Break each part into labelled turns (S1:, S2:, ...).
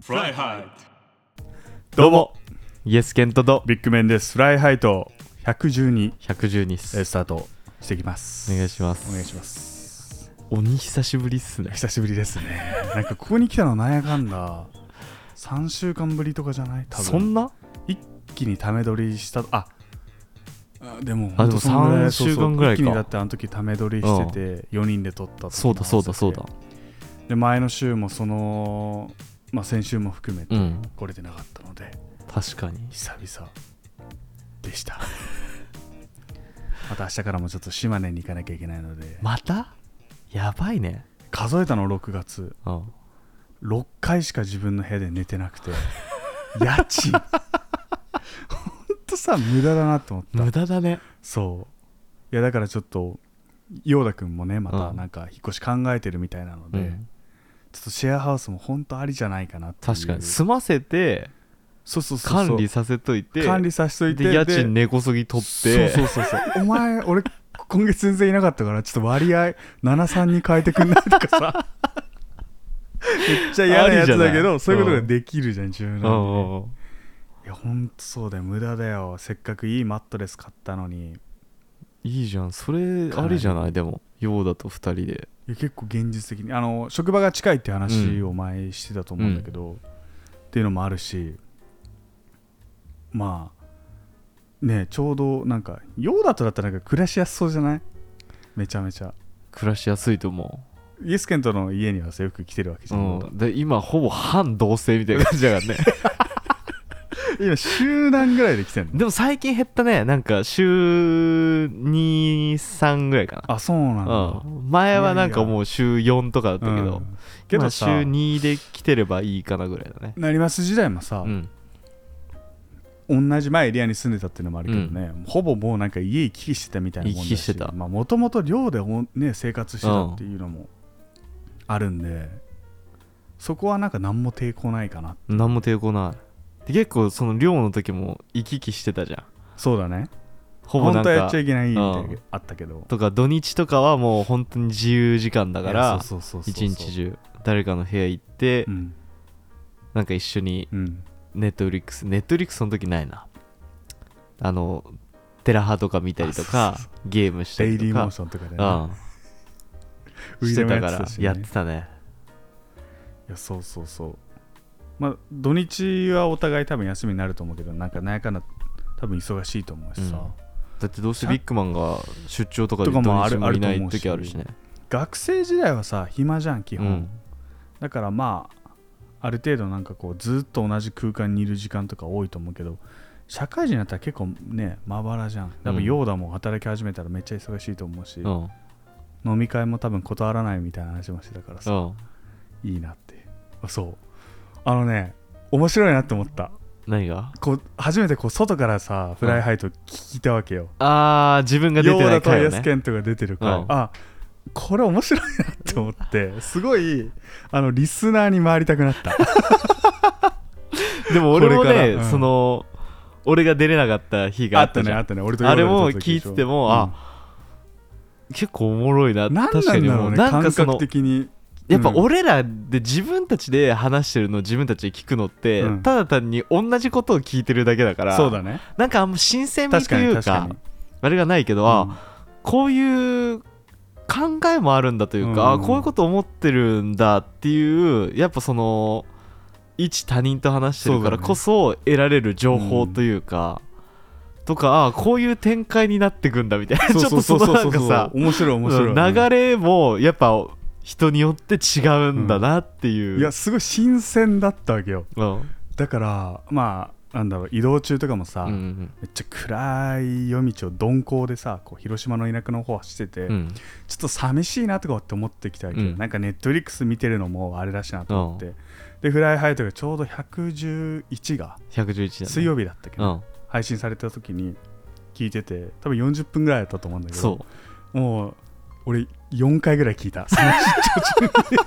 S1: フライハイ
S2: どうも、イエスケントと
S1: ビッグメンです。フライハイト112
S2: 112っ
S1: えー
S2: す。
S1: スタートしていきます。
S2: お願いします
S1: お願いします。
S2: 鬼久しぶりっすね。
S1: 久しぶりですね。なんかここに来たのなんやかんだ。3週間ぶりとかじゃない多分
S2: そんな
S1: 一気にため撮りしたああでもほ
S2: あでも
S1: んとそんぐらい
S2: 三週間ぐ
S1: そうそう
S2: らいか
S1: 一気にだってあの時ため撮りしてて4人で撮ったと
S2: そうだそうだそうだ。
S1: で前の週もその、まあ、先週も含めて
S2: うん、
S1: 来れてなかったので、
S2: 確かに。
S1: 久々でしたまた明日からもちょっと島根に行かなきゃいけないので、
S2: またやばいね。
S1: 数えたの6月
S2: うん。
S1: 6回しか自分の部屋で寝てなくて家賃ほんとさ無駄だなと思って
S2: 無駄だね。
S1: そういやだからちょっと陽太くんもねまた
S2: うん
S1: なんか引っ越し考えてるみたいなの
S2: う
S1: で、
S2: ん、
S1: ちょっとシェアハウスも本当ありじゃないかなっていう
S2: 確かに。住ませて、
S1: そうそうそうそう
S2: 管理させといて、
S1: 管理させといて
S2: で、家賃
S1: で
S2: 根こそぎ取って、
S1: そうそうそうそうお前俺今月全然いなかったからちょっと割合73に変えてくんないとかさめっちゃ嫌なやつだけ
S2: あ
S1: ど
S2: りじゃない
S1: そういうことができるじゃん自分
S2: う
S1: なんん
S2: う
S1: でね
S2: んうん
S1: いやほんとそうだよ無駄だよせっかくいいマットレス買ったのにい
S2: いいじゃん。それ、ありじゃないでも、ようだと二人で。
S1: や結構現実的にあの職場が近いって話を前してたと思うんだけど、っていうのもあるしまあねちょうどなんか用だとだったらなんか暮らしやすそうじゃないめちゃめちゃ
S2: 暮らしやすいと思
S1: イエスケントの家にはさよく来てるわけじ
S2: う。
S1: ゃ、
S2: うんん。で、今、ほぼ半同棲みたいな感じだからね。
S1: 今週何ぐらいで来てん の
S2: でも最近減ったねなんか週23ぐらいか
S1: あそうなんだ、
S2: な、うん、前はなんかもう週4とかだったけ
S1: うん
S2: ど、
S1: け
S2: 今
S1: ど
S2: 週
S1: さ
S2: 2で来てればいいかなぐらいだね
S1: なります時代もさ
S2: う、ん
S1: 同じまあエリアに住んでたっていうのもあるけどね、ほぼもうなんか家行き来してたみたいなもんだ
S2: 行き来してた
S1: まあもともと寮でほんね生活してたっていうのもあるんで、そこはなんか何も抵抗ないかな
S2: 何も抵抗ないで結構その寮の時も行き来してたじゃん
S1: そうだね
S2: ほぼな
S1: 本
S2: ん
S1: 当はや
S2: か
S1: っちゃいけないみたいな
S2: う
S1: の
S2: ん
S1: あったけど
S2: とか土日とかはもう本当に自由時間だか
S1: い
S2: ら
S1: やそうそうそうそう
S2: 一日中誰かの部屋行って、
S1: うん
S2: なんか一緒に
S1: うん
S2: ネットフリックスネットフリックスの時ないなあのテラハとか見たりと
S1: あ
S2: か
S1: そうそ
S2: ゲームした
S1: デ
S2: り
S1: イ
S2: と
S1: リーモ
S2: か
S1: ーションとかで、ね
S2: うん
S1: ウ
S2: し
S1: イ
S2: て
S1: ダ
S2: た
S1: も
S2: から
S1: しね
S2: やってたね
S1: いやそうそうそうまあ土日はお互い多分休みになると思うけどなんかなんやかんだ多分忙しいと思うしさ、
S2: うんだってどうしてビッグマンが出張とかで
S1: とか
S2: 土
S1: もあ
S2: 日
S1: る
S2: もいな
S1: あると思
S2: いう
S1: し
S2: 時あるしね
S1: 学生時代はさ暇じゃん基
S2: う
S1: 本、
S2: ん
S1: だからまあある程度なんかこうずっと同じ空間にいる時間とか多いと思うけど社会人になったら結構ねまばらじゃん多
S2: う
S1: 分
S2: ん
S1: ヨーダも働き始めたらめっちゃ忙しいと思うし、
S2: うんうん
S1: 飲み会も多分断らないみたいな話もしてたからさ、いいなってあそうあのね面白いなって思った
S2: 何が
S1: こう初めてこう外からさフライハイト聞いたわけよ、
S2: あー自分が出
S1: ヨー
S2: てな
S1: ダ
S2: い
S1: と
S2: か
S1: イエ
S2: ら
S1: ス
S2: ね
S1: ケントが出てるから、
S2: うん
S1: あこれ面白いなって思 ってすごいあのリスナーに回りたくなった
S2: でも俺も
S1: これ
S2: ね
S1: からうん
S2: その俺が出れなかった日があったじ
S1: あ
S2: ゃ
S1: っ
S2: ん
S1: たね俺とヨー
S2: あ
S1: ダで
S2: れ
S1: 撮
S2: も
S1: った時
S2: 聞
S1: で
S2: い
S1: しょ
S2: ててもあ結構おもろいな
S1: うん何
S2: 確か
S1: なん
S2: に
S1: だろ
S2: も
S1: う
S2: う
S1: ね
S2: なんか
S1: 感
S2: その
S1: 覚的に
S2: やっぱ
S1: うん
S2: 俺らで自分たちで話してるのを自分たちで聞くのって、
S1: うん
S2: ただ単に同じことを聞いてるだけだから
S1: そうだね
S2: なんかあんま新鮮
S1: 確
S2: 味と
S1: かに
S2: いうか
S1: 確かに
S2: あれがないけど、あ
S1: うん
S2: こういう考えもあるんだというか、
S1: うん
S2: あこういうこと思ってるんだっていうやっぱその一他人と話してるからこそ得られる情報というか。とかあこういう展開になってくんだみたいな ちょっとそのなんかさ
S1: 面白い面白い、
S2: 流れもやっぱ人によって違うんだなっていう、
S1: いやすごい新鮮だったわけよ
S2: うん
S1: だからまあなんだろう移動中とかもさ、
S2: うん
S1: めっちゃ暗い夜道を鈍行でさこう広島の田舎の方走ってて、
S2: うんうん
S1: ちょっと寂しいなとかって思ってきたわけど、
S2: うん
S1: なんかネットフリックス見てるのもあれだしなと思って、でフライハイトがちょうど111が
S2: 111だ、ね、
S1: 水曜日だったけど、
S2: うん
S1: 配信された時に聞いてて多分40分ぐらいだったと思うんだけ
S2: そ
S1: どもう俺4回ぐらい聞いたその出張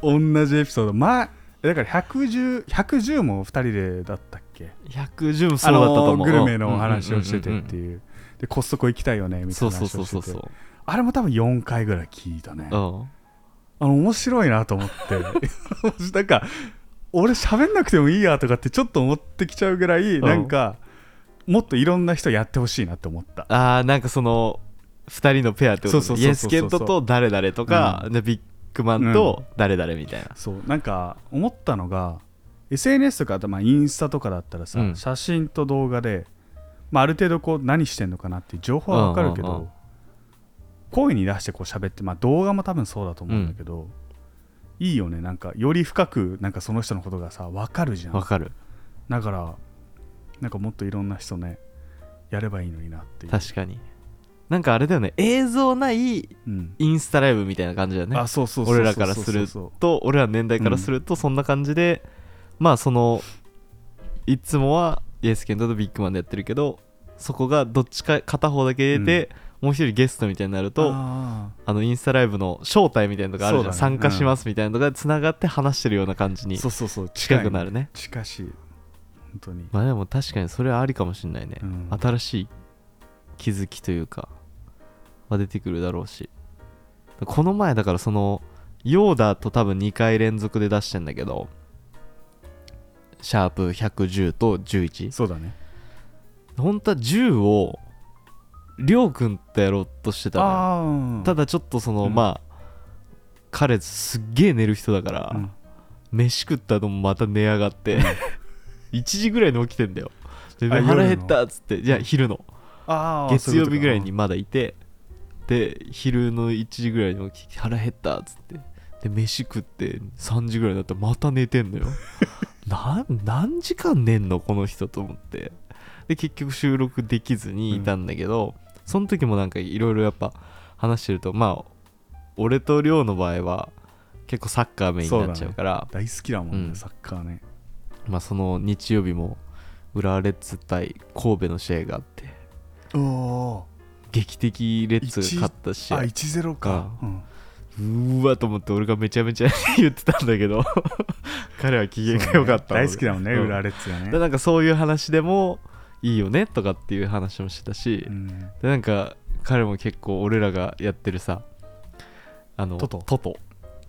S1: 中 に同じエピソードまあだから110110も2人でだったっけ
S2: う110もそ
S1: あ
S2: うだった
S1: の
S2: と思う、
S1: グルメのお話をして
S2: ん
S1: て
S2: ん
S1: っ
S2: んん
S1: ていうでコストコ行きたいよねみた
S2: そ
S1: いうな
S2: そ
S1: 話
S2: うそ
S1: を
S2: うそう
S1: して
S2: そ
S1: て
S2: う
S1: あれも多分4回ぐらい聞いたね
S2: うん
S1: あの面白いなと思ってなんか俺喋んなくてもいいやとかってちょっと思ってきちゃうぐらい
S2: ん
S1: なんかもっといろんな人やってほしいなって思った
S2: あーなんかその2人のペアってこと
S1: そうそうそうそうそう
S2: イエスケントと誰々とか、でビッグマンと誰々みたいな、
S1: そうなんか思ったのが SNS とかあとまあインスタとかだったらさ、
S2: うん
S1: 写真と動画で、まあ、ある程度こう何してんのかなっていう情報はわかるけど、
S2: うんうんうん
S1: 声に出してこう喋って、まあ、動画も多分そうだと思うんだけど、いいよねなんかより深くなんかその人のことがさわかるじゃん
S2: わかる
S1: だからなんかもっといろんな人ねやればいいのになっていう
S2: 確かになんかあれだよね映像ない
S1: うん
S2: インスタライブみたいな感じだよね
S1: あそうそうそうそう
S2: 俺らからする
S1: そう
S2: と俺らの年代からするとそんな感じで、まあそのいつもはイエスケントとビッグマンでやってるけどそこがどっちか片方だけで、もう一人ゲストみたいになるとあ
S1: あ
S2: のインスタライブの招待みたいなのがあるじゃん、
S1: そうだね
S2: 参加しますみたいなのがつながって話してるような感じ
S1: ー
S2: に
S1: そうそうそう
S2: 近くな
S1: る
S2: るね
S1: 近しい本当に
S2: まあでも確かにそれはありかもしんないね、
S1: うん
S2: 新しい気づきというかは出てくるだろうしこの前だからそのヨーダと多分2回連続で出してんだけどシャープ110と11
S1: そうだね
S2: 本当は10をりょうくんとやろうとしてたのよ
S1: あー
S2: ただちょっとその、
S1: うん
S2: まあ彼すっげえ寝る人だから、
S1: うん
S2: 飯食った後もまた寝やがって1時ぐらいに起きてんだよで
S1: あ
S2: 腹
S1: 夜の
S2: 減ったっつってじゃあ昼の
S1: あー
S2: 月曜日ぐらい
S1: そう
S2: に
S1: うこ
S2: まだいてで昼の1時ぐらいに起きて腹減ったっつってで飯食って3時ぐらいになったらまた寝てん のよなん何時間寝んのこの人と思ってで結局収録できずにいたんだけど、その時もなんかいろいろやっぱ話してるとまあ俺と亮の場合は結構サッカーメインになっちゃうから
S1: とかな大好きだもんね、
S2: うん
S1: サッカーね
S2: まあ、その日曜日も浦和レッズ対神戸の試合があって
S1: おお
S2: 劇的レッズが勝った
S1: あ
S2: 試合
S1: 1-0か、うん
S2: うーわと思って俺がめちゃめちゃ 言ってたんだけど 彼は機嫌が良かったので、
S1: 大好きだもんね、
S2: うん
S1: 浦和レッズがね
S2: でなんかそういう話でもいいよねとかっていう話もしてたし、
S1: うん
S2: でなんか彼も結構俺らがやってるさあの
S1: トト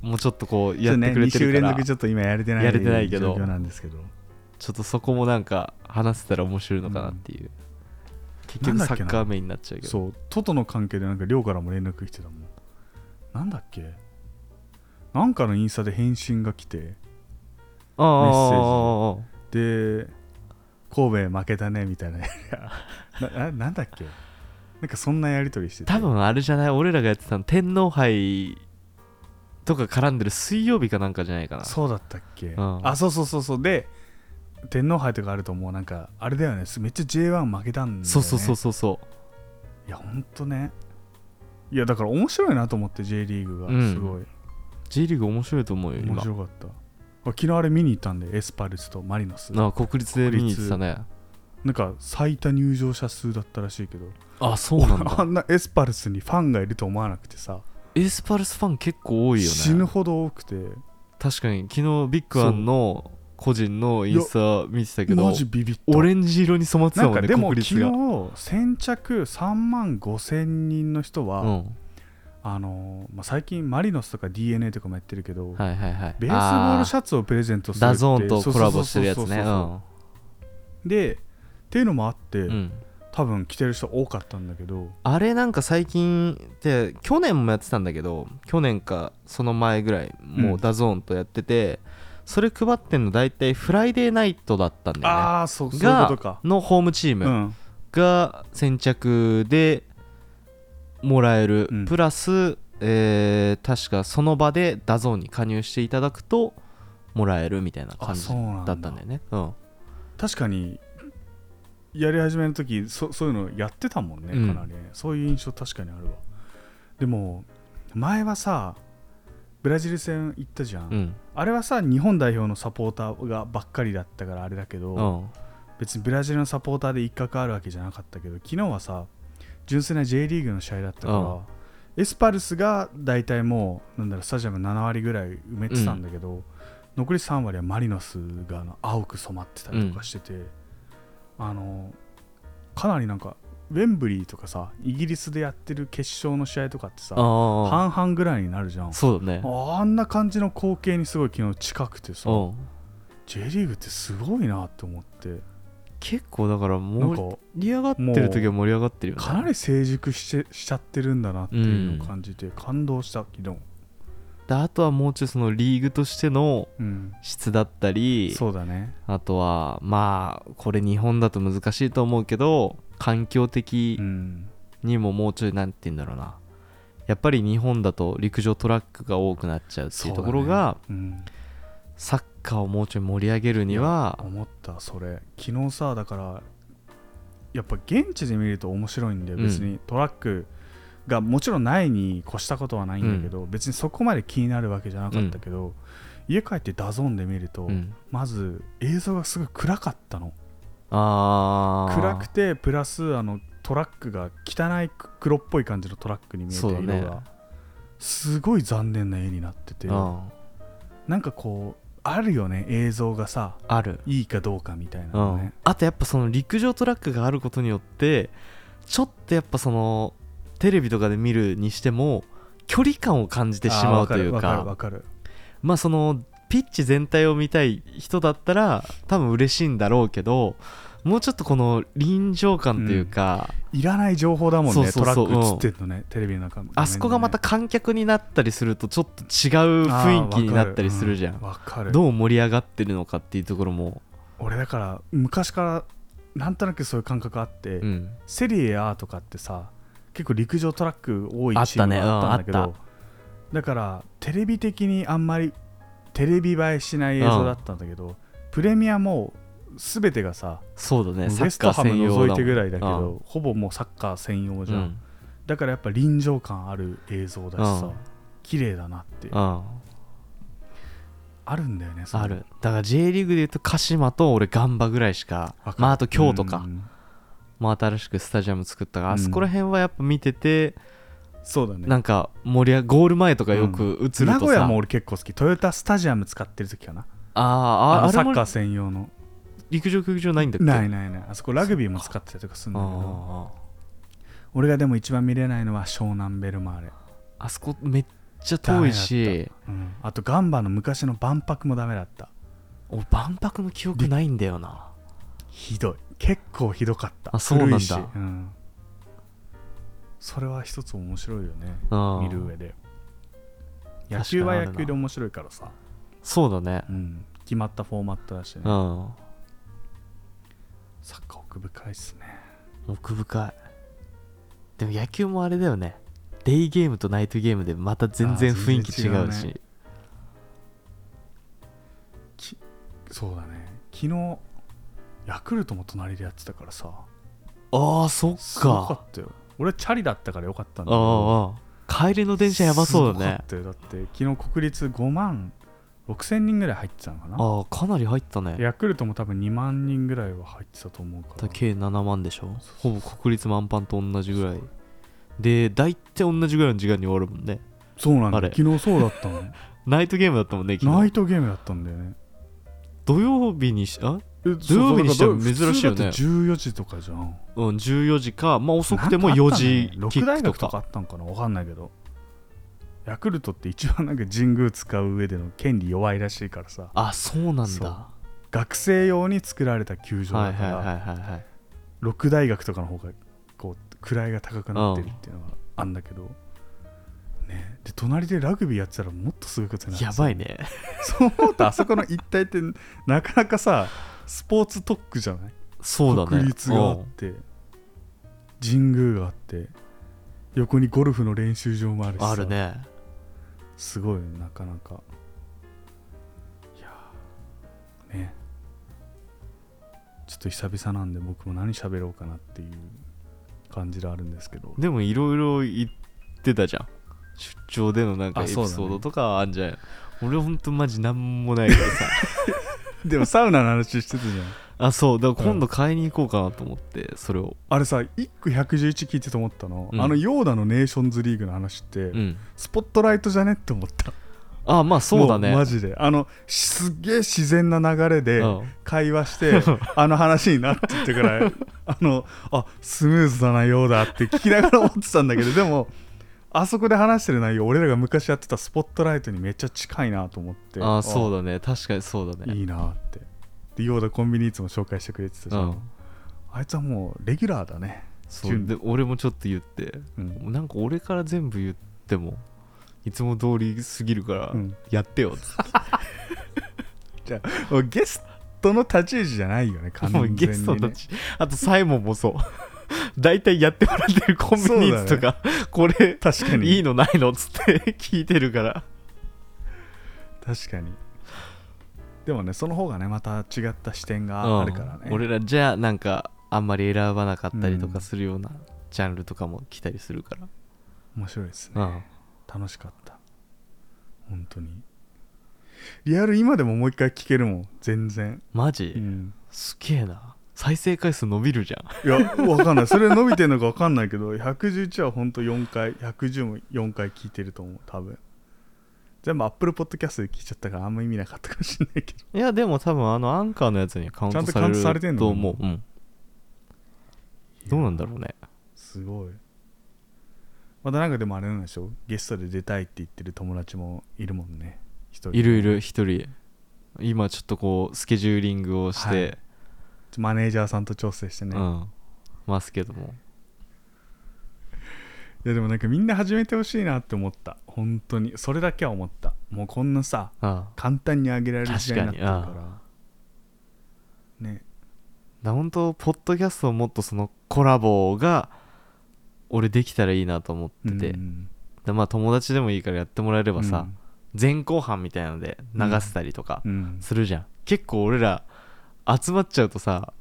S2: もうちょっとこう
S1: ちょ
S2: や
S1: っと
S2: って
S1: ね
S2: くれて
S1: 2週
S2: る
S1: 連
S2: から、
S1: 続ちょっと今やれてない
S2: やれてないけど
S1: 状況なんですけど
S2: ちょっとそこもなんか話せたら面白いのかなっていう、結
S1: なん
S2: 局
S1: だっ
S2: サ
S1: けな
S2: ッカーメインになっちゃうけど
S1: そうトトの関係でなんか寮からも連絡来てたもんなんだっけなんかのインスタで返信が来て
S2: ああ
S1: メッセージ
S2: あ
S1: で
S2: あああ
S1: 神戸負けたねみたいな なななんだっけなんかそんなやり取りしてて
S2: 多分あれじゃない俺らがやってたの天皇杯とか絡んでる水曜日かなんかじゃないかな
S1: そうだったっけ、
S2: ん
S1: あそうそうそうそうで天皇杯とかあるともうなんかあれだよねすめっちゃ J1 負けたんだよ、ね、
S2: そうそうそうそうそう
S1: いやほんとねいやだから面白いなと思って J リーグが
S2: うん
S1: すごい、
S2: J リーグ面白いと思うよ
S1: 面
S2: 今
S1: 白かったあ昨日あれ見に行ったんでエスパルスとマリノスな
S2: あ国立で見に行ってたね
S1: んか最多入場者数だったらしいけど
S2: あそうなん
S1: あ
S2: だ
S1: んなエスパルスにファンがいると思わなくてさ、
S2: エスパルスファン結構多いよね
S1: 死ぬほど多くて
S2: 確かに昨日ビッグワンの個人のインスタ見てたけど
S1: マジビビった
S2: オレンジ色に染まって
S1: なん
S2: たも
S1: か
S2: んね
S1: でも
S2: 国
S1: 昨
S2: 立が
S1: 日先着3万5千人の人は、
S2: うん
S1: あのーまあ、最近マリノスとか d n a とかもやってるけど、
S2: はいはいはい
S1: ベースボール
S2: ャ
S1: シャツをプレゼントするって
S2: ダゾーンとコラボしてるやつ
S1: そうそう
S2: ね
S1: そう
S2: う
S1: そうそ
S2: ん
S1: うでっていうのもあって、
S2: うん
S1: 多分着てる人多かったんだけど
S2: あれなんか最近って去年もやってたんだけど去年かその前ぐらいもううんダゾーンとやってて、それ配ってんの大体フライデーナイトだったんだよね
S1: ああそうそういうこと
S2: が
S1: か
S2: のホームチー
S1: う
S2: ム
S1: ん
S2: が先着でもらえる、
S1: うん
S2: プラス、えー確かその場でダゾーンに加入していただくともらえるみたいな感
S1: あ
S2: じ
S1: そうなんだ
S2: だったんだよねうん
S1: 確かにやり始めの時そそういうのやってたもんね
S2: うん
S1: かなりね、そういう印象確かにあるわでも前はさブラジル戦行ったじゃん、
S2: うん
S1: あれはさ日本代表のサポーターがばっかりだったからあれだけど、
S2: うん
S1: 別にブラジルのサポーターで一角あるわけじゃなかったけど昨日はさ純粋な J リーグの試合だったから、
S2: うん
S1: エスパルスが大体もうなんだろうスタジアム7割ぐらい埋めてたんだけど、残り3割はマリノスがあの青く染まってたりとかしてて、あのかなりなんかウェンブリーとかさイギリスでやってる決勝の試合とかってさ
S2: あ
S1: 半々ぐらいになるじゃん
S2: あそうだね
S1: あんな感じの光景にすごい昨日近くてさ
S2: うん
S1: J リーグってすごいなと思って
S2: 結構だから
S1: なん
S2: 盛
S1: か
S2: り上がってる時は盛り上がってるよね
S1: かなり成熟してしちゃってるんだなっていうのを感じて感動した昨日、
S2: であとはもうちょいそのリーグとしての
S1: うん、
S2: 質だったり
S1: そうだね
S2: あとはまあこれ日本だと難しいと思うけど環境的
S1: うん
S2: にももうちょいなんて言うんだろうなやっぱり日本だと陸上トラックが多くなっちゃうっていうところが、
S1: うん、
S2: サッカーをもうちょい盛り上げるには
S1: 思ったそれ昨日さだからやっぱ現地で見ると面白いんだよ、
S2: うん
S1: 別にトラックがもちろんないに越したことはないんだけど、別にそこまで気になるわけじゃなかったけど、家帰ってダゾーンで見ると、
S2: うん
S1: まず映像がすごい暗かったの
S2: あー
S1: 暗くてプラスあのトラックが汚い黒っぽい感じのトラックに見えて
S2: そうだ
S1: 色
S2: ね
S1: が、すごい残念な絵になってて
S2: うん
S1: なんかこうあるよね映像がさ
S2: ある、
S1: いいかどうかみたいな
S2: う
S1: のね
S2: ん、あとやっぱその陸上トラックがあることによってちょっとやっぱそのテレビとかで見るにしても距離感を感じてしまうという
S1: あーわ
S2: か
S1: かるわかるわかる
S2: まあそのピッチ全体を見たい人だったら多分嬉しいんだろうけどもうちょっとこの臨場感というか、
S1: いらない情報だもんね
S2: そうそうそう
S1: トラック映ってんのね、テレビの中の画面でね
S2: あそこがまた観客になったりするとちょっと違う雰囲気になったりするじゃん、
S1: あーわかる,、うんわかる
S2: どう盛り上がってるのかっていうところも、
S1: 俺だから昔からなんとなくそういう感覚あって、
S2: うん、
S1: セリエ A とかってさ結構陸上トラック多いチームがあったんだけど、
S2: あったね
S1: だからテレビ的にあんまりテレビ映えしない映像だったんだけど、プレミアも全てがさ、
S2: そうだね
S1: ウ
S2: サ
S1: ェ
S2: ッ
S1: スト
S2: カー
S1: ハム
S2: 専用だもん
S1: 覗いてぐらいだけどほぼもうサッカー専用
S2: うん
S1: じゃん、だからやっぱ臨場感ある映像だし
S2: う
S1: さ
S2: ん
S1: 綺麗だなって
S2: うんうん
S1: あるんだよねそれ
S2: あるだから J リーグでいうと鹿島と俺ガンバぐらいしか
S1: わかる
S2: まああと京都か、
S1: うん
S2: まあ、新しくスタジアム作ったが、
S1: うん
S2: あそこら辺はやっぱ見てて
S1: そうだね
S2: なんか盛り上ゴール前とかよく映るとさ、
S1: 名古屋も俺結構好きトヨタスタジアム使ってる時かな
S2: あ
S1: あ
S2: ーあ
S1: の
S2: あ
S1: サ
S2: れ
S1: ッ
S2: も
S1: カー専用の
S2: 陸上競技場ないんだっけ
S1: ない
S2: い
S1: ないないあそこラグビーも使ってたりとかするんだけど
S2: あ
S1: 俺がでも一番見れないのは湘南ベルマーレ、
S2: ーあそこめっちゃ遠い
S1: ダメ
S2: し
S1: うん、あとガンバの昔の万博もダメだった
S2: 俺万博の記憶ないんだよな
S1: ひどい結構ひどかった
S2: あそうなんだ
S1: 古いしうんそれは一つ面白いよね見
S2: 見
S1: る上で
S2: に
S1: 野球は
S2: あるな
S1: 野球で面白いからさ、
S2: そうだね
S1: うん、決まったフォーマットだしね、
S2: うん
S1: サッカー奥深いっすね
S2: 奥深いでも野球もあれだよねデイゲームとナイトゲームでまた全然
S1: あー
S2: 雰囲気違う
S1: 全然違う
S2: し
S1: そうだね昨日ヤクルトも隣でやってたからさ
S2: ああそっ
S1: すごか
S2: か
S1: ったよ俺チャリだったからよかったんだけど
S2: ああ帰りの電車やばそう
S1: す
S2: だ
S1: ご
S2: ね
S1: かったよだって昨日国立5万6000人ぐらい入ってたのかな
S2: ああかなり入ったね
S1: ヤクルトも多分2万人ぐらいは入ってたと思うから
S2: 計7万でしょ
S1: そうそ
S2: ほ
S1: う
S2: ぼ国立満帆と同じぐらいで大体同じぐらいの時間に終わるもんね
S1: そうなんだ
S2: あれ
S1: 昨日そうだ ったの
S2: ナイトゲームだったもんね昨
S1: ナ
S2: 日
S1: イトゲームだったんだよね
S2: 土曜日にしあ、
S1: 土
S2: 曜日にしては珍しいよね
S1: 14時とかじゃん
S2: うん、14時か、まあ、遅くても
S1: なんかあ
S2: 4
S1: ったね
S2: 時
S1: 六
S2: キッ
S1: 大
S2: クと
S1: 学とかあ
S2: か
S1: ったんかなわかんないけどヤクルトって一番なんか神宮使う上での権利弱いらしいからさ
S2: あそうなん
S1: そう
S2: だ
S1: 学生用に作られた球場
S2: はい
S1: だ
S2: はい
S1: か
S2: はい
S1: ら、
S2: はいはい
S1: 六大学とかの方がこう位が高くなってるっていうのはあんだけど、ね、で隣でラグビーやってたらもっとすごいことになる
S2: やばいね
S1: そう思うとあそこの一帯ってなかなかさスポーツ特区じゃない
S2: そうだね
S1: 国立があ
S2: う
S1: っ
S2: ん
S1: て神宮があって横にゴルフの練習場もあるしさ
S2: あるね
S1: すごいよなかなかいやーねちょっと久々なんで僕も何喋ろうかなっていう感じであるんですけど
S2: でもいろいろ言ってたじゃん出張でのなんかエ
S1: あ
S2: ピ
S1: そうだ
S2: ソ
S1: ね
S2: ードとかあんじゃん、俺ほんとマジなんもないからさ
S1: でもサウナの話してたじゃん
S2: あそうだから今度買いに行こうかなと思ってそれを
S1: あれさ1区111聞いてて思ったの、
S2: うん
S1: あのヨーダのネーションズリーグの話って、
S2: うん
S1: スポットライトじゃねって思った
S2: あまあそうだ
S1: も
S2: ね
S1: マジであのすっげえ自然な流れで、
S2: うん
S1: 会話して あの話になってってからいあのあスムーズだなようだって聞きながら思ってたんだけどでもあそこで話してる内容俺らが昔やってたスポットライトにめっちゃ近いなと思って
S2: ああそうだね確かにそうだね
S1: いいなってでようだコンビニいつも紹介してくれてたじ
S2: う
S1: ゃん、
S2: ん
S1: あいつはもうレギュラーだね
S2: そうで俺もちょっと言って
S1: うん、
S2: なんか俺から全部言ってもいつも通りすぎるから
S1: うん
S2: やってよっつって、
S1: もうゲストの立ち位置じゃないよね完
S2: もう
S1: 全に、ね、
S2: ゲストたちあとサイモンもそう 大体やってもらってるコンビニーズとか、これ
S1: 確かに
S2: いいのないのっつって 聞いてるから
S1: 確かにでもねその方がねまた違った視点があるからね、
S2: うん俺らじゃあなんかあんまり選ばなかったりとかするようなジャンルとかも来たりするから、
S1: 面白いですね、
S2: うん
S1: 楽しかった本当にリアル今でももう一回聞けるもん全然、
S2: マジ、
S1: うん、
S2: すげえな再生回数伸びるじゃ ん
S1: いや分かんないそれ伸びてんのか分かんないけど111はほんと4回110も4回聞いてると思う多分全部 Apple Podcast で聞いちゃったからあんま意味なかったかもしれないけど
S2: いやでも多分あのアンカーのやつにはカウント
S1: ちゃんとカウント
S2: さ
S1: さ
S2: れ
S1: れて
S2: る
S1: んの
S2: と思う、うん、どうなんだろうね
S1: すごいまたなんかでもあれなんでしょゲストで出たいって言ってる友達もいるもんね一人
S2: いるいる一人今ちょっとこうスケジューリングをして、
S1: マネージャーさんと調整してね、
S2: う
S1: い
S2: んますけども
S1: やでもなんかみんな始めてほしいなって思った本当にそれだけは思ったもうこんなさ
S2: ああ
S1: 簡単に上げられる時代になってるから
S2: 確
S1: ね
S2: だ本当ポッドキャストをもっとそのコラボが俺できたらいいなと思ってて、
S1: うん
S2: でまあ友達でもいいからやってもらえればさ、前後半みたいなので流せたりとか
S1: うんうん
S2: するじゃん、結構俺ら集まっちゃうとさ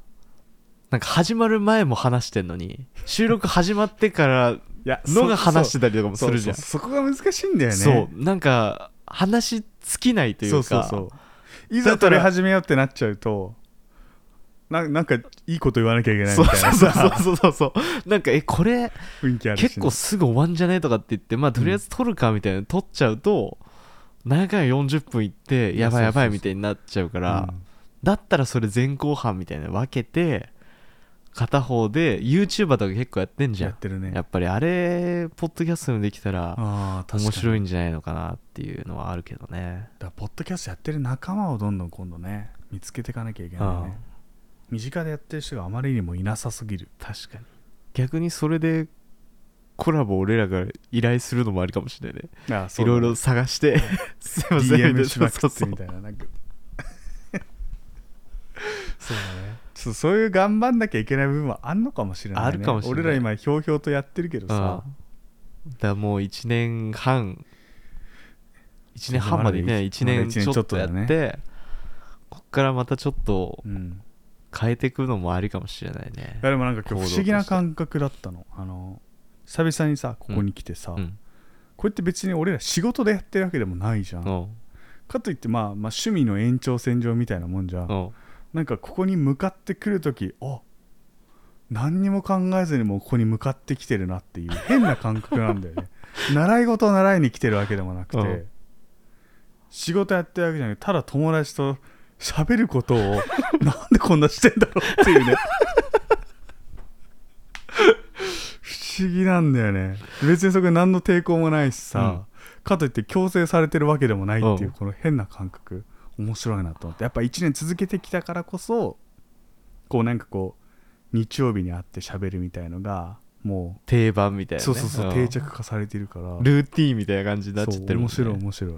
S2: なんか始まる前も話してんのに収録始まってから
S1: いや
S2: のが話して
S1: て
S2: たりとかもするじゃん
S1: そそそこが難しいんだよね
S2: そうなんか話尽きないというか
S1: そうそうそういざ取り始めようってなっちゃうとななんかいいこと言わなきゃいけない
S2: そ
S1: み
S2: う
S1: たいな
S2: そう
S1: さ
S2: そうそうそうなんかえこれ
S1: 雰囲気あるしね、
S2: 結構すぐ終わんじゃねとかって言ってまあとりあえず撮るかみたいな撮っちゃうと何回か40分いってやばいやばいみたいになっちゃうから
S1: うん
S2: だったらそれ前後半みたいなの分けて片方で YouTuber とか結構やってんじゃ
S1: やっ
S2: ん
S1: てるね
S2: やっぱりあれポッドキャストでもできたら
S1: ああ確かに
S2: 面白
S1: い
S2: いんじゃないのかなっていうのはあるけどね
S1: だからポッドキャストやってる仲間をどんどん今度ね見つけていかなきゃいけないね身近でやってる人があまりにもいなさすぎる
S2: 確かに逆にそれでコラボ俺らが依頼するのもありかもしれないね
S1: あそ
S2: いろいろ探して すいません
S1: DM しま
S2: そ
S1: く
S2: う
S1: って
S2: そう
S1: みたいな なんかそうだねちょっとそういう頑張んなきゃいけない部分はあんのかもしれない、ね、
S2: あるかもしれない
S1: 俺ら今ひょうひょうとやってるけど
S2: うんだ
S1: さ
S2: か、らもう1年半1年半までね
S1: まだ
S2: 1年
S1: 一年
S2: ちょっと
S1: ちょ
S2: や
S1: っ
S2: っ
S1: と
S2: て、
S1: だね
S2: こっからまたちょっと
S1: うん、
S2: 変えていくのもありかもしれないね
S1: いやでもなんか今
S2: 行動
S1: 日不
S2: として
S1: 思議な感覚だったのあの久々にさここに来てさ、
S2: うん
S1: こうやって別に俺ら仕事でやってるわけでもないじゃん、
S2: おう
S1: かといって、まあ、まあ趣味の延長線上みたいなもんじゃん、
S2: おう
S1: なんかここに向かってくるときあ何にも考えずにもうここに向かってきてるなっていう変な感覚なんだよ ね習い事を習いに来てるわけでもなくて、
S2: うん
S1: 仕事やってるわけじゃなくてただ友達と喋ることを なんでこんなしてんだろうっていうね 不思議なんだよね別にそこに何の抵抗もないしさ、かといって強制されてるわけでもないっていううんこの変な感覚面白いなと思ってやっぱ1年続けてきたからこそこうなんかこう日曜日に会って喋るみたいのがも
S2: 定番みたいうなね
S1: そうそうそう、
S2: ん
S1: 定着化されてるから
S2: ルーティーンみたいな感じになっちゃってるもん、ね、
S1: そう面白い面白い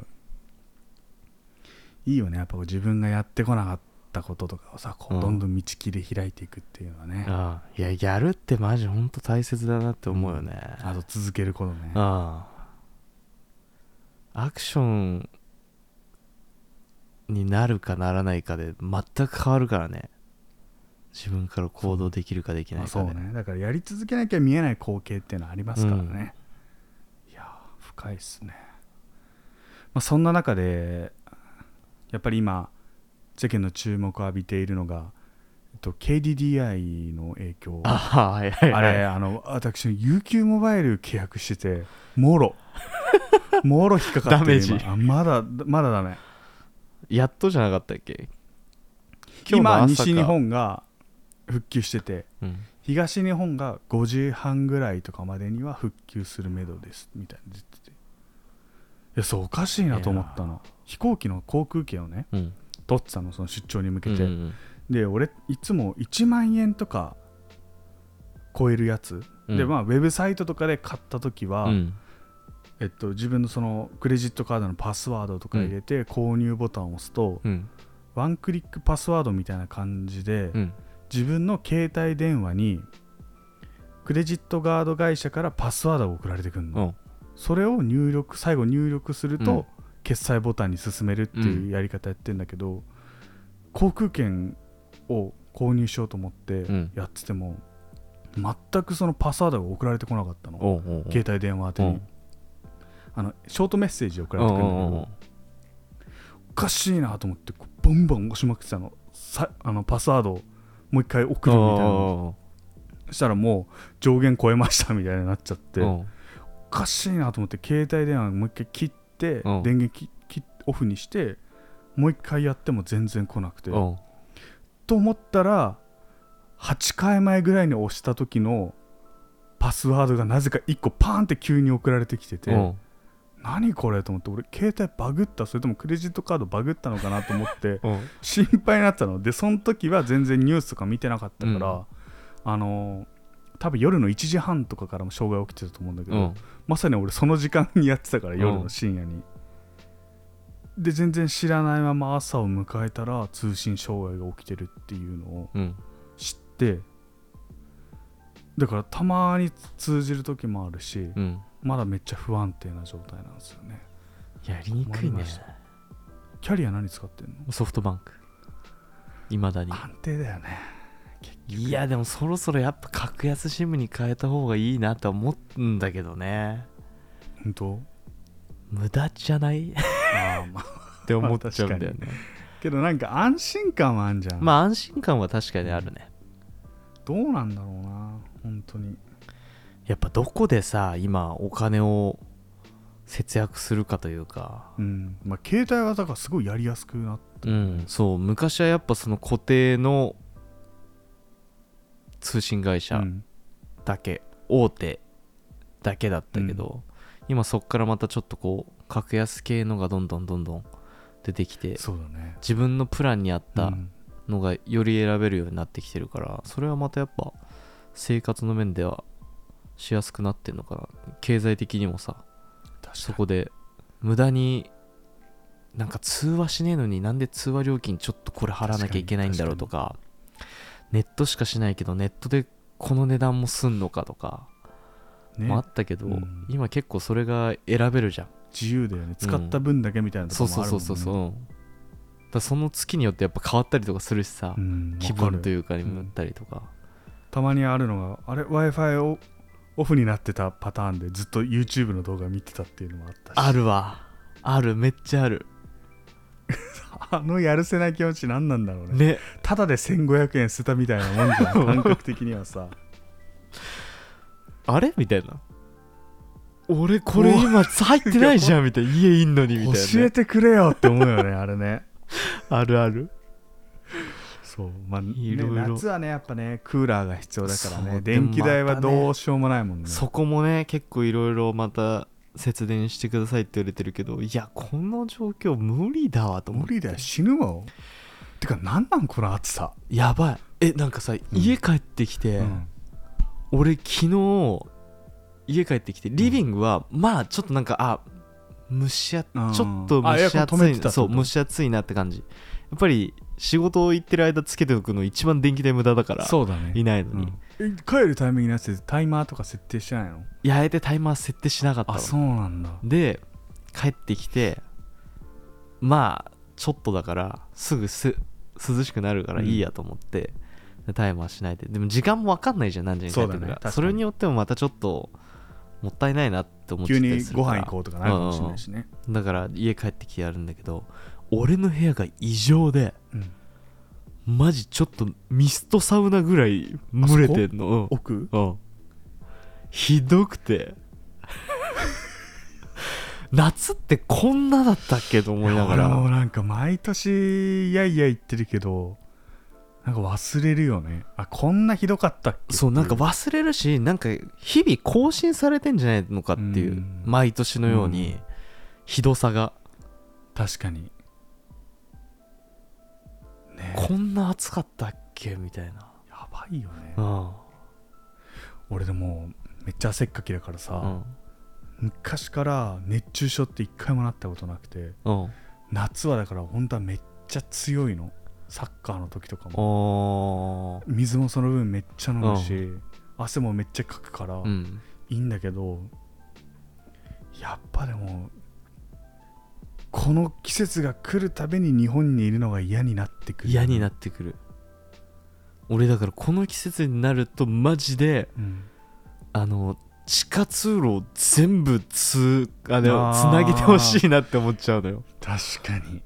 S1: いいよねやっぱこう自分がやってこなかったこととかをさこ
S2: う
S1: うんどんどん道切り開いていくっていうのはね、
S2: ああいややるってマジほんと大切だなって思うよね、
S1: あと続けることね
S2: ああアクションになるかならないかで全く変わるからね自分から行動できるかできない
S1: あそ
S2: か
S1: う
S2: で、
S1: ねだからやり続けなきゃ見えない光景っていうのはありますからね、いやー深いっすね、まあ、そんな中でやっぱり今世間の注目を浴びているのが、えっと、KDDI の影響
S2: あはいはい
S1: あ
S2: はい
S1: れあの私 UQ モバイル契約してても ろもろ引っかかってる
S2: ダメージ
S1: 今あまだまだだね
S2: やっとじゃなかったっけ
S1: 今
S2: の朝か
S1: 西日、本が復旧してて
S2: うん
S1: 東日本が5時半ぐらいとかまでには復旧するめどですみたいなの出てていやそうおかしいなと思ったの飛行機の航空券をね
S2: うん
S1: 取ってたのその出張に向けて、
S2: うんうん
S1: で俺いつも1万円とか超えるやつ、
S2: うん
S1: でまあウェブサイトとかで買った時は、
S2: うん
S1: えっと、自分のそのクレジットカードのパスワードとか入れて購入ボタンを押すと、
S2: うん
S1: ワンクリックパスワードみたいな感じで、
S2: うん
S1: 自分の携帯電話にクレジットガード会社からパスワードが送られてくるの、
S2: うん
S1: それを入力最後入力すると、
S2: うん
S1: 決済ボタンに進めるっていうやり方やってんだけど、航空券を購入しようと思って
S2: うん
S1: やってても、全くそのパスワードが送られてこなかったの
S2: おうおうおう
S1: 携帯電話宛てに、
S2: うん
S1: あのショートメッセージ送
S2: う
S1: られ
S2: ん
S1: て
S2: う
S1: くるんだけど、
S2: んうん
S1: おかしいなと思ってこうバンバン押しまくってたのさあのパスワードをもう一回送るみたいな
S2: お
S1: そしたらもう上限超えましたみたいになっちゃって
S2: う
S1: お
S2: おう
S1: かしいなと思って携帯電話もう一回切って
S2: うん
S1: 電源ききオフにしてもう一回やっても全然来なくて
S2: おう
S1: と思ったら8回前ぐらいに押した時のパスワードがなぜか1個パーンって急に送られてきてて
S2: おう
S1: 何これと思って俺携帯バグったそれともクレジットカードバグったのかなと思って
S2: おう
S1: 心配になったのでその時は全然ニュースとか見てなかったから、あのー多分夜の1時半とかからも障害起きてたと思うんだけど、
S2: うん
S1: まさに俺その時間にやってたから
S2: うん
S1: 夜の深夜に、で全然知らないまま朝を迎えたら通信障害が起きてるっていうのを
S2: うん
S1: 知ってだからたまに通じる時もあるし、
S2: うん
S1: まだめっちゃ不安定な状態なんですよね
S2: やりにくい
S1: 困り
S2: ね
S1: ましたキャリア何使ってんの
S2: ソフトバンクいまだに
S1: 安定だよね結局
S2: いやでもそろそろやっぱ格安シムに変えた方がいいなとは思うんだけどね
S1: 本当
S2: 無駄じゃない っ
S1: ああまあ
S2: て思っちゃうんだよね
S1: けどなんか安心感はあんじゃん、
S2: まあ安心感は確かにあるね
S1: どうなんだろうな本当に
S2: やっぱどこでさ今お金を節約するかというか
S1: うんまあ携帯はだからすごいやりやすくなっ
S2: うんそう昔はやっぱその固定の通信会
S1: た、
S2: 社
S1: うん
S2: だけ、大手だけだったけど、今そっからまたちょっとこう格安系のがどんどんどんどん出てきて
S1: そうだね
S2: 自分のプランに合っ
S1: う
S2: た
S1: ん
S2: のがより選べるようになってきてるからそれはまたやっぱ生活の面ではしやすくなってんのかな経済的にもさそ
S1: 確か
S2: こで無駄になんか通話しねえのになんで通話料金ちょっとこれ払わなきゃいけないんだろうとかネットしかしないけどネットでこの値段もすんのかとか
S1: に、ね
S2: もあったけど、
S1: うん
S2: 今結構それが選べるじゃん
S1: 自由だよね使った分だけみたいなと
S2: そ
S1: こ
S2: う
S1: も
S2: そ
S1: あ
S2: う
S1: るもん、ね、
S2: そうそうそう、うんだからその月によってやっぱ変わったりとかするしさ、
S1: ん
S2: 気分と
S1: わかる
S2: いうかにもよったりとか、
S1: たまにあるのがあれ w i f i をオフになってたパターンでずっと YouTube の動画見てたっていうのもあったし
S2: あるわあるめっちゃある
S1: あのやるせない気持ち何なんだろうね
S2: ね
S1: ただで1500円捨てたみたいなもんじゃ ん感覚的にはさ
S2: あれみたいな俺これ今入ってないじゃんみたいな家 いんのにみたいなね、
S1: 教えてくれよって思うよねあれね
S2: あるある
S1: そうまあ、ね
S2: いろいろ
S1: 夏はねやっぱねクーラーが必要だから
S2: そ
S1: ね
S2: う
S1: 電気代は
S2: でもまたね
S1: どうしようもないもんね
S2: そこもね結構いろいろまた節電してくださいって言われてるけどいやこの状況無理だわと思っ
S1: 無
S2: て
S1: 理だよ死ぬわてか何なんこの暑さ、
S2: やばいえなんかさ、家帰ってきて、
S1: うん
S2: 俺昨日家帰ってきてリビングは、まあちょっとなんかあ蒸し暑
S1: うん
S2: ちょっと
S1: あエ
S2: 蒸
S1: ア
S2: し
S1: コン止
S2: 暑
S1: めてたっ
S2: い
S1: てこと
S2: そう蒸し暑いなって感じやっぱり仕事行ってる間つけておくの一番電気代無駄だから
S1: そうだね
S2: いないのに、
S1: うんえ帰るタイミングのやつでタイマーとか設定してないの
S2: いやあえてタイマー設定しなかったの
S1: あそうなんだ
S2: で帰ってきてまあちょっとだからすぐす涼しくなるからいいやと思って、でタイマーしないででも時間も分かんないじゃん何時に帰ってくる
S1: そうだね確
S2: か
S1: からに
S2: それによってもまたちょっともったいないなって思っち
S1: 急
S2: ゃったり
S1: に
S2: する
S1: ご
S2: から
S1: 飯行こうとかなるかもしれないしね、
S2: だから家帰ってきてやるんだけど俺の部屋が異常で
S1: うん
S2: マジちょっとミストサウナぐらい蒸れてんのうん
S1: 奥
S2: うんひどくて 夏ってこんなだったっけと思いなが
S1: いや俺も
S2: ら
S1: なんか毎年いやいや言ってるけどなんか忘れるよねあこんなひどかったっけってい
S2: そうなんか忘れるしなんか日々更新されてんじゃないのかっていう、
S1: うん
S2: 毎年のよう
S1: う
S2: に
S1: ん
S2: ひどさが、
S1: 確かにね
S2: こんな暑かったっけみたいな
S1: やばいよね
S2: うん
S1: 俺でもめっちゃ汗っかきだから
S2: う
S1: さ、
S2: ん
S1: 昔から熱中症って一回もなったことなくて
S2: うん
S1: 夏はだから本当はめっちゃ強いのサッカーの時とかも
S2: おー
S1: 水もその分めっちゃ飲むし、汗もめっちゃかくから、
S2: うん
S1: いいんだけどやっぱでもこの季節が来るたびに日本にいるのが嫌になってくる
S2: 嫌になってくる俺だからこの季節になるとマジで
S1: うん
S2: あの地下通路を全部つあでも
S1: あ
S2: つ
S1: ー
S2: なげてほしいなって思っちゃうのよ
S1: 確かに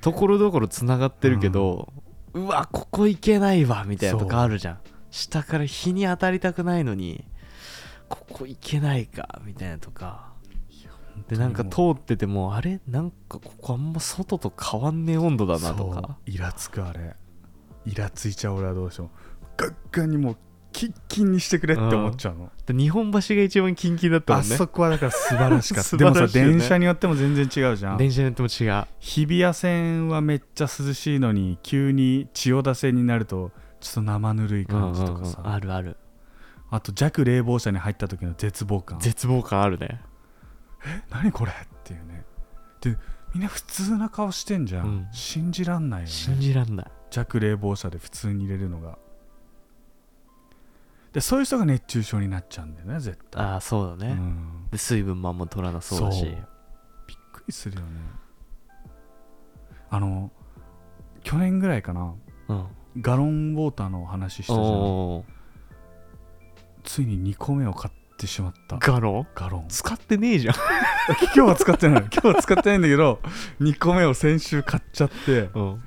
S2: ところどころつながってるけど、うわここ行けないわみたいなと
S1: そう
S2: かあるじゃん下から日に当たりたくないのにここ行けないかみたいなとかでなんか通っててもあれなんかここあんま外と変わんねえ温度だなとか
S1: そうイラつくあれイラついちゃう俺はどうしようガッガンにもうキッキンにしてくれって思っちゃうの、
S2: で日本橋が一番キンキンだったも
S1: あ
S2: んね
S1: そこはだから素晴らしかった、
S2: 素
S1: で
S2: 晴
S1: も
S2: ら
S1: さ
S2: しいよね
S1: 電車によっても全然違うじゃん
S2: 電車によっても違う
S1: 日比谷線はめっちゃ涼しいのに急に千代田線になるとちょっと生ぬるい感じとかさ、
S2: うんうんうんあるある
S1: あと弱冷房車に入った時の絶望感
S2: 絶望感あるね
S1: 何これっていうねでみんな普通な顔してんじゃん、
S2: うん
S1: 信じらんないよ
S2: 信
S1: ね
S2: じらんない
S1: 弱冷房車で普通に入れるのがでそういう人が熱中症になっちゃうんだよね絶
S2: ああそうだ
S1: 対、
S2: ね、
S1: うん、
S2: で水分もあんま取らなそうだし
S1: そうびっくりするよねあの去年ぐらいかな
S2: うん
S1: ガロンウォーターのお話したじゃん
S2: おー
S1: ついに2個目を買ってしまった
S2: ガロン
S1: ガロン
S2: 使ってねえじゃん
S1: 今日は使ってない 今日は使ってないんだけど2個目を先週買っちゃって
S2: うん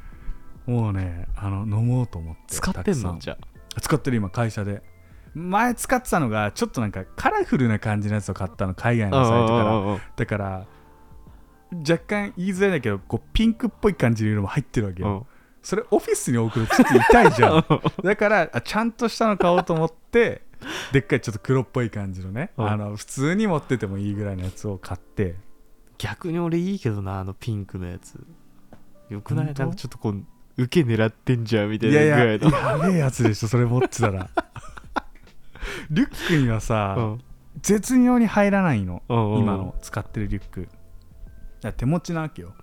S1: もうねあの飲もうと思って
S2: 使ったて
S1: く
S2: ん
S1: さ
S2: のじゃ
S1: 使ってる今会社で前使ってたのがちょっとなんかカラフルな感じのやつを買ったの海外
S2: あ
S1: のサイトから
S2: うんうんうんうん
S1: だから若干言いづらいんだけどこうピンクっぽい感じの色も入ってるわけよ、それオフィスに送るとちょっと痛いじゃ んだからあちゃんとしたの買おうと思ってでっかいちょっと黒っぽい感じのね、
S2: うん
S1: あの普通に持っててもいいぐらいのやつを買って
S2: 逆に俺いいけどなあのピンクのやつよくない
S1: 本当
S2: なんかちょっとこう受け狙ってんじゃんみたい
S1: い
S2: な
S1: や
S2: ぐ
S1: いや
S2: らいの
S1: やべえやつでしょそれ持ってた らリュックにはさ、
S2: うん
S1: 絶妙に入らないの、
S2: うんうん
S1: 今の使ってるリュックだから手持ちなわけよ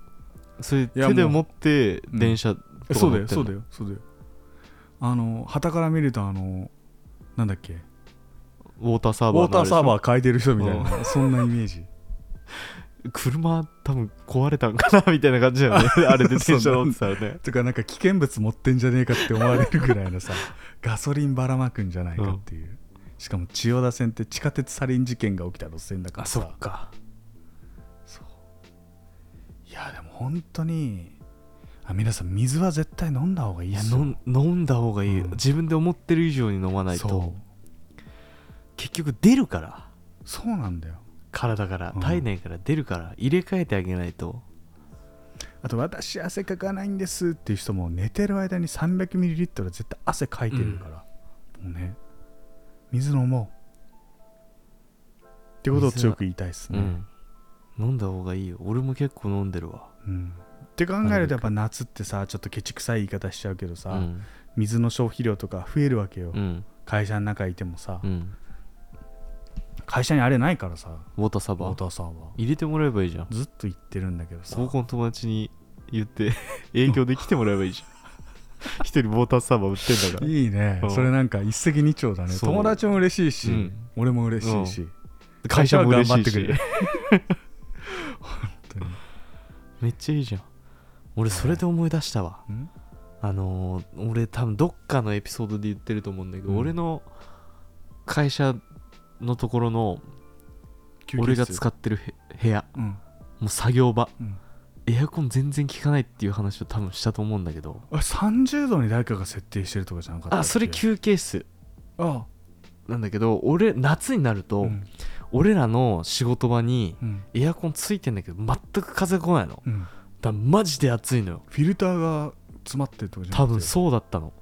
S2: それ
S1: いや
S2: 手で持って
S1: うん
S2: 電車とか乗ってんの
S1: そうだよそうだよそうだよあの旗から見るとあのなんだっけ
S2: ウォーターサ
S1: ウ
S2: ーバー
S1: ォーターサーバー変えてる人みたいな、
S2: う
S1: そんなイメージ
S2: ー車多分壊れたんかなみたいな感じだ よねあ れで電車乗ってたらね
S1: とかなんか危険物持ってんじゃねえかって思われるぐらいのさ ガソリンばらまくんじゃないかっていう、しかも千代田線って地下鉄サリン事件が起きた路線だからさ
S2: か
S1: いやでも本当にあ皆さん水は絶対飲んだ方がいい
S2: い
S1: で
S2: や
S1: すよ
S2: 飲ん飲んだ方がいいよ、
S1: うん
S2: 自分で思ってる以上に飲まないと
S1: そ
S2: 結局出るから
S1: うそうなんだよ
S2: 体から
S1: うん
S2: 体内から出るから入れ替えてあげないと、
S1: あと私汗かかないんですっていう人も寝てる間に 300ml は絶対汗かいてるから、もうね水飲もうってことを
S2: 水
S1: 強
S2: は
S1: く言いたいです
S2: う
S1: ね、
S2: ん飲んだ方がいいよ俺も結構飲んでるわ
S1: うんって考えるとやっぱ夏ってさちょっとケチくさい言い方しちゃうけどさ、
S2: うん
S1: 水の消費量とか増えるわけよ、
S2: うん
S1: 会社の中いてもさ、
S2: うん
S1: 会社にあれないからさ
S2: ウォーターサーバ
S1: 太
S2: ー
S1: 田さんは
S2: 入れてもらえばいいじゃん
S1: ずっと言ってるんだけどさ
S2: 高校の友達に言って 影響できてもらえばいい じゃん一人ウォーターサーバー売ってんだから
S1: いいね、
S2: うん
S1: それなんか一石二鳥だね
S2: そう
S1: 友達も嬉しいし、
S2: うん
S1: 俺も嬉しいし、
S2: 会社も嬉しい
S1: 会社は頑
S2: し
S1: 張って
S2: めっちゃいいじゃん俺それで思い出したわ
S1: うん
S2: あのー俺多分どっかのエピソードで言ってると思うんだけど、
S1: うん
S2: 俺の会社のところの俺が使
S1: っ
S2: ってるへ部屋
S1: うん
S2: もう作業場
S1: うん
S2: エアコン全然効かないっていう話を多分したと思うんだけど
S1: あ30度に誰かが設定してるとかじゃなかったっけ
S2: あそれ休憩室
S1: あ
S2: なんだけど俺夏になると、
S1: うん
S2: 俺らの仕事場に
S1: うん
S2: エアコンついてんだけど全く風来ないのだか
S1: うん
S2: らマジで暑いのよ
S1: フィルターが詰まってるとかじゃな
S2: 多
S1: くて
S2: 分そうだったの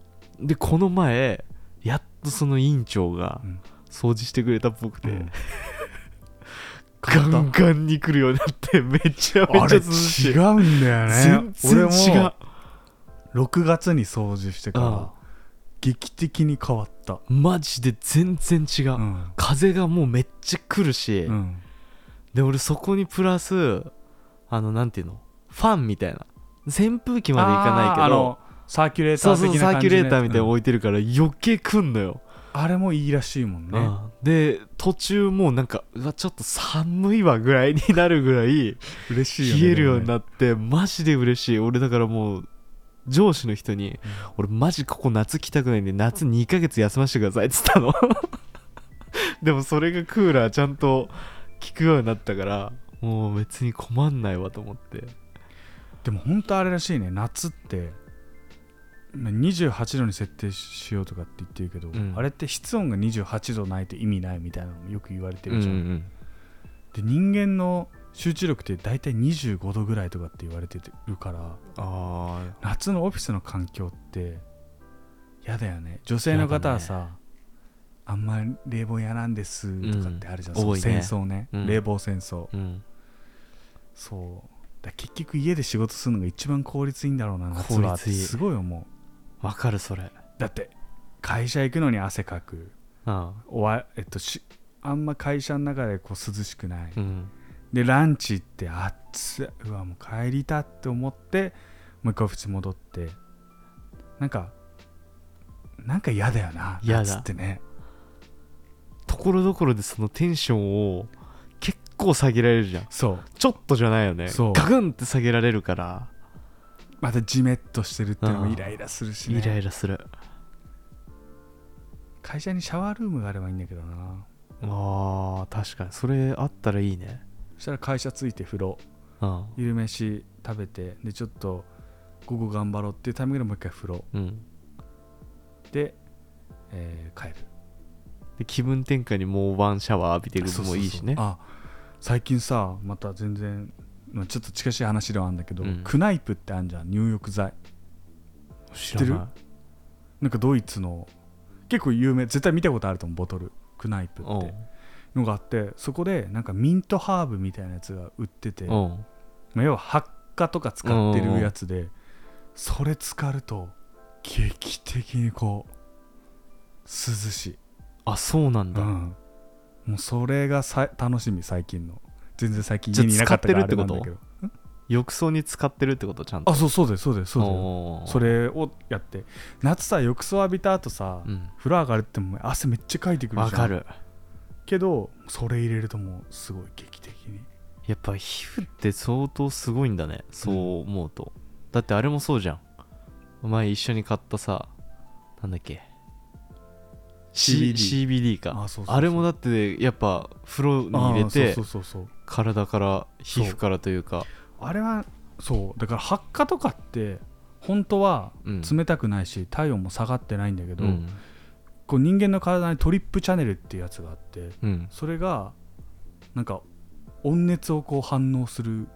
S2: でこの前やっとその委員長が
S1: うん
S2: 掃除してくれたっぽくて、
S1: うん
S2: ガンガンに来るように なってめちゃめ
S1: あ
S2: ち
S1: れ
S2: ゃ涼しい
S1: 違うんだよね
S2: 全然違
S1: 俺
S2: う
S1: も6月に掃除してか
S2: うん
S1: ら劇的に変わった
S2: マジで全然違う、
S1: うん
S2: 風がもうめっちゃ来るし、
S1: うん
S2: で俺そこにプラスあのなんていうのファンみたいな扇風機までいかない
S1: あーあ
S2: けど
S1: のサーキュレー
S2: そ
S1: タ
S2: う
S1: ー
S2: そう
S1: 的
S2: サ
S1: な
S2: ー
S1: 感
S2: キ
S1: じ
S2: ュ
S1: ね
S2: レーターみたいなの
S1: うん
S2: 置いてるから余計来んのよ、
S1: あれもいいらしいもんね
S2: うんで途中もうなんかうわちょっと寒いわぐらいになるぐらい
S1: 嬉しいよね
S2: 冷えるように
S1: っ
S2: なってマジで嬉しい俺だからもう上司の人に「俺マジここ夏来たくないんで夏2ヶ月休ませてください」っつったの でもそれがクーラーちゃんと効くようになったからもう別に困んないわと思って
S1: でも本当あれらしいね夏ってまあ28度に設定しようとかって言ってるけど、
S2: うん
S1: あれって室温が28度ないと意味ないみたいなのもよく言われてるじゃん、
S2: うんうん
S1: で人間の集中力って大体25度ぐらいとかって言われてるから
S2: あ
S1: 夏のオフィスの環境って嫌だよね女性の方はさ、あんまり冷房嫌なんですとかってあるじゃん、
S2: うん
S1: そう
S2: 多いね
S1: 戦争ね、
S2: うん
S1: 冷房戦争
S2: あうん
S1: そうだ結局家で仕事するのが一番効率いいんだろうな夏はって
S2: 効率いい
S1: すごい思
S2: わかるそれ
S1: うだって会社行くのに汗かく
S2: うん
S1: おわ、えっと、しあんま会社の中でこう涼しくない、
S2: うん
S1: でランチ行って暑いうわもう帰りたって思ってもう一回淵戻ってなんかなんか嫌だよな
S2: 嫌だ
S1: 夏ってね
S2: ところどころでそのテンションを結構下げられるじゃん
S1: そう
S2: ちょっとじゃないよね
S1: そう
S2: ガクンって下げられるから
S1: またジメッとしてるっていうのも
S2: うん
S1: イライラするし
S2: イラ
S1: ね
S2: イラする
S1: 会社にシャワールームがあればいいんだけどな
S2: あー確かにそれあったらいいね
S1: そしたら会社着いて風呂
S2: うん
S1: 昼飯食べてでちょっと午後頑張ろうっていうタイミングでもう一回風呂
S2: うん
S1: で、えー帰る
S2: で気分転換にもうワンシャワー浴びてるのもいいしね
S1: あ最近さまた全然、まあ、ちょっと近しい話ではあるんだけど、
S2: うん
S1: クナイプってあるじゃん入浴剤
S2: 知
S1: ってるなんかドイツの結構有名絶対見たことあると思うボトルクナイプ
S2: お
S1: ってのがあってそこでなんかミントハーブみたいなやつが売ってて、ま
S2: お
S1: あ、要は発火とか使ってるやつでそれ浸かると劇的にこう涼しい
S2: あそうなんだ、
S1: うん、もうそれがさ楽しみ最近の全然最近
S2: じゃ
S1: 家
S2: あ
S1: にいなかったから
S2: 使ってるってこと
S1: あれなんだけ
S2: 浴槽に使ってるってことちゃん
S1: ど
S2: と
S1: あそうそうですそうですそうで
S2: おー
S1: すそれをやって夏さ浴槽浴びた後さ、
S2: うん
S1: 風呂上がるってもう汗めっちゃかいてくるじゃん
S2: わかる
S1: けどそれ入れるともうすごい劇的に
S2: やっぱ皮膚って相当すごいんだねそう思うと、だってあれもそうじゃんお前一緒に買ったさなんだっけ C- CBD か
S1: あそうそうそう
S2: れもだってやっぱ風呂に入れ
S1: あー
S2: て
S1: そうそうそうそう
S2: 体から皮膚からというか
S1: あれはそうだから発火とかって本当は
S2: うん
S1: 冷たくないし体温も下がってないんだけど、
S2: うん
S1: こう人間の体にトリップチャネルっていうやつがあって
S2: うん
S1: それがなんか温熱をこう反応する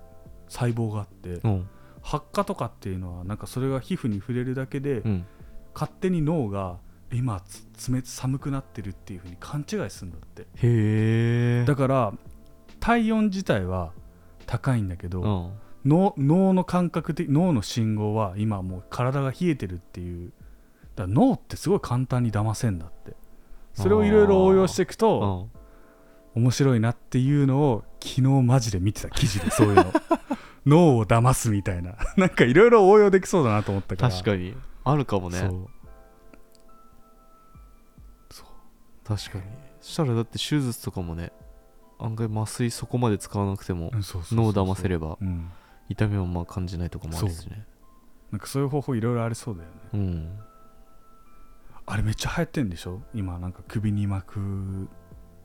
S1: 細胞があって
S2: うん
S1: 発火とかっていうのはなんかそれが皮膚に触れるだけで
S2: うん
S1: 勝手に脳が今つ冷寒くなってるっていうふうに勘違いするんだって
S2: へえ
S1: だから体温自体は高いんだけ
S2: う
S1: ど
S2: ん
S1: 脳脳の感覚的脳の信号は今もう体が冷えてるっていうだから脳ってすごい簡単に騙せんだってそれをいろいろ応用していくと
S2: うん
S1: 面白いなっていうのを昨日マジで見てた記事でそういう の脳を騙すみたいななんかいろいろ応用できそうだなと思ったから
S2: 確かにあるかもね
S1: そう
S2: 確かにそしたらだって手術とかもね案外麻酔そこまで使わなくても
S1: うんそうそうそう
S2: 脳を騙せれば
S1: うん
S2: 痛みもまあ感じないとかもあるしね
S1: なんかそういう方法いろいろありそうだよね
S2: うん
S1: あれめっちゃ流行ってんでしょ今なんか首に巻く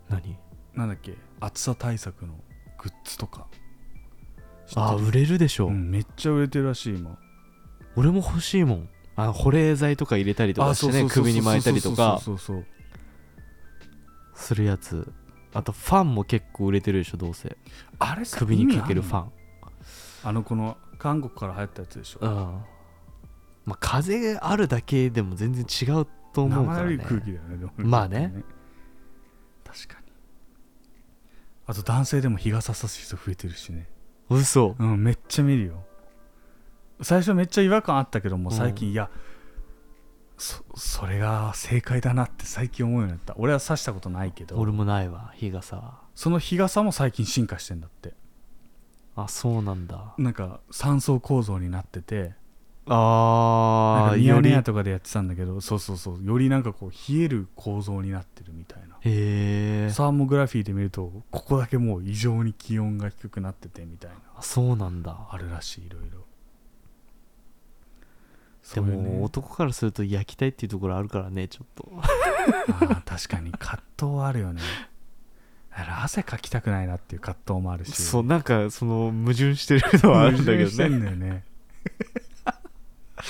S2: 何
S1: なんだっけ暑さ対策のグッズとか知ってる
S2: あ売れるでしょ、
S1: うんめっちゃ売れてるらしい今
S2: 俺も欲しいもんあ保冷剤とか入れたりとかしてね首に巻いたりとか
S1: そうそうそうそう
S2: するやつあとファンも結構売れてるでしょどうせ
S1: あれさ
S2: 首にかける
S1: 意味
S2: フ
S1: あん
S2: ァ
S1: の
S2: ン
S1: あのこの韓国から流行ったやつでしょ
S2: うんまあ、風あるだけでも全然違うと思うか
S1: 生
S2: ら、
S1: ぬる
S2: ね、
S1: い空気だよねでも
S2: まあね
S1: 確かにあと男性でも日傘さす人増えてるしね
S2: 嘘
S1: うんめっちゃ見るよ最初めっちゃ違和感あったけども
S2: うん
S1: 最近、いやそそれが正解だなって最近思うようになった俺はさしたことないけど
S2: 俺もないわ日傘は
S1: その日傘も最近進化してんだって
S2: あそうなんだ
S1: なんか3層構造になっててなん
S2: あ
S1: か
S2: あ
S1: ミ
S2: よ
S1: ヤ
S2: り
S1: ネ
S2: へ
S1: 屋とかでやってたんだけどそうそうそうよりなんかこう冷える構造になってるみたいな
S2: え
S1: サーモグラフィーで見るとここだけもう異常に気温が低くなっててみたいな
S2: そうなんだ
S1: あるらしいいろいろ
S2: で
S1: そういうね
S2: も男からすると焼きたいっていうところあるからねちょっと
S1: あー確かに葛藤はあるよねだから汗かきたくないなっていう葛藤もあるし
S2: そうなんかその矛盾してるのはあるんだけ
S1: 矛盾して
S2: どね
S1: んだよね本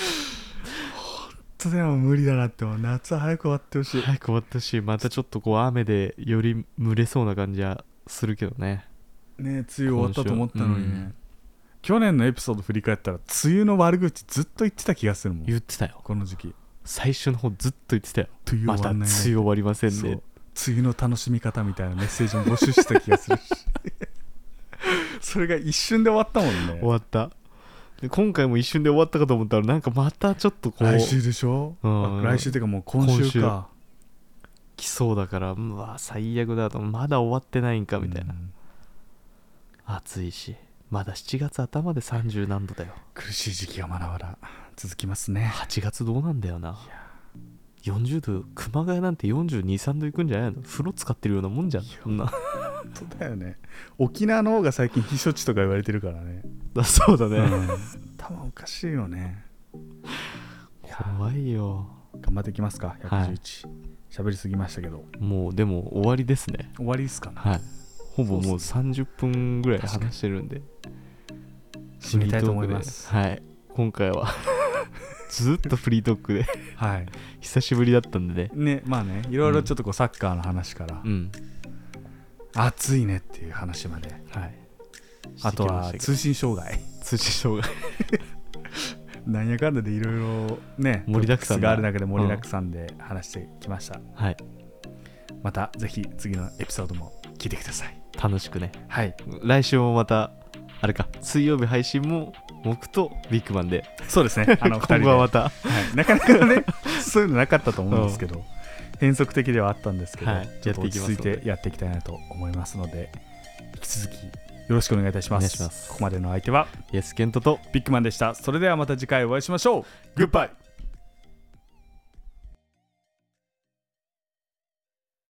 S1: 当でも無理だなってもう夏は早く終わってほしい
S2: 早く終わったしまたちょっとこう雨でより蒸れそうな感じはするけどね
S1: ね梅雨終わったと思ったのにね、
S2: うん
S1: 去年のエピソード振り返ったら梅雨の悪口ずっと言ってた気がするもん
S2: 言ってたよ
S1: この時期
S2: 最初の方ずっと言ってたよ
S1: 梅雨
S2: ま
S1: 終
S2: た
S1: わんな
S2: 梅
S1: い
S2: 雨
S1: ね
S2: 終わりません
S1: そう
S2: ね
S1: 梅雨の楽しみ方みたいなメッセージも募集してた気が するしそれが一瞬で終わったもんね
S2: 終わったで今回も一瞬で終わったかと思ったらなんかまたちょっとこう
S1: 来週でしょ、
S2: うん
S1: あ来週っていうかもう今週か
S2: 来そうだからうわ最悪だとまだ終わってないんかみたいな、
S1: うん
S2: 暑いしまだ7月頭で30何度だよ
S1: 苦しい時期がまだまだ続きますね
S2: 8月どうなんだよな40度熊谷なんて423度いくんじゃないの風呂使ってるようなもんじゃんそんな
S1: 本当だよね沖縄の方が最近避暑地とか言われてるからね
S2: だそうだ
S1: う
S2: ね
S1: ん頭おかしいよね
S2: 怖いよ
S1: 頑張っていきますか
S2: はい
S1: 111喋、りすぎましたけど
S2: もうでも終わりですね
S1: 終わりっすかな
S2: はいほぼもう
S1: そうっ
S2: 30分ぐらい話してるんで
S1: 締めたいと思います
S2: フリートークではい今回 はずっとフリートークで
S1: はい
S2: 久しぶりだったんでね
S1: ねまあねいろいろちょっとこうサッカーの話から、
S2: うん
S1: 暑いねっていう話まで
S2: はい
S1: あとは
S2: してきました
S1: 通
S2: け
S1: 信障害
S2: ど通知障害
S1: なんやかんだでいろいろね
S2: 盛りだくさ
S1: トピックス
S2: んな
S1: がある中で盛りだくさんで話してきました、
S2: はい
S1: またぜひ次のエピソードも聞いてください
S2: 楽しくね
S1: はい
S2: 来週もまたあれか水曜日配信も僕とビッグマンで
S1: そうです ねあの2人
S2: 今
S1: で
S2: 後はまた
S1: はいなかなかね そういうのなかったと思うんですけど、変則的ではあったんですけど、
S2: はい
S1: ちょっと落ち着いてやっていきたいなと思いますので引き続きよろしくお願いいたしま
S2: お願
S1: す
S2: いします
S1: ここまでのお相手は
S2: イエスケントと
S1: ビッグマンでしたそれではまた次回お会いしましょうグッバイ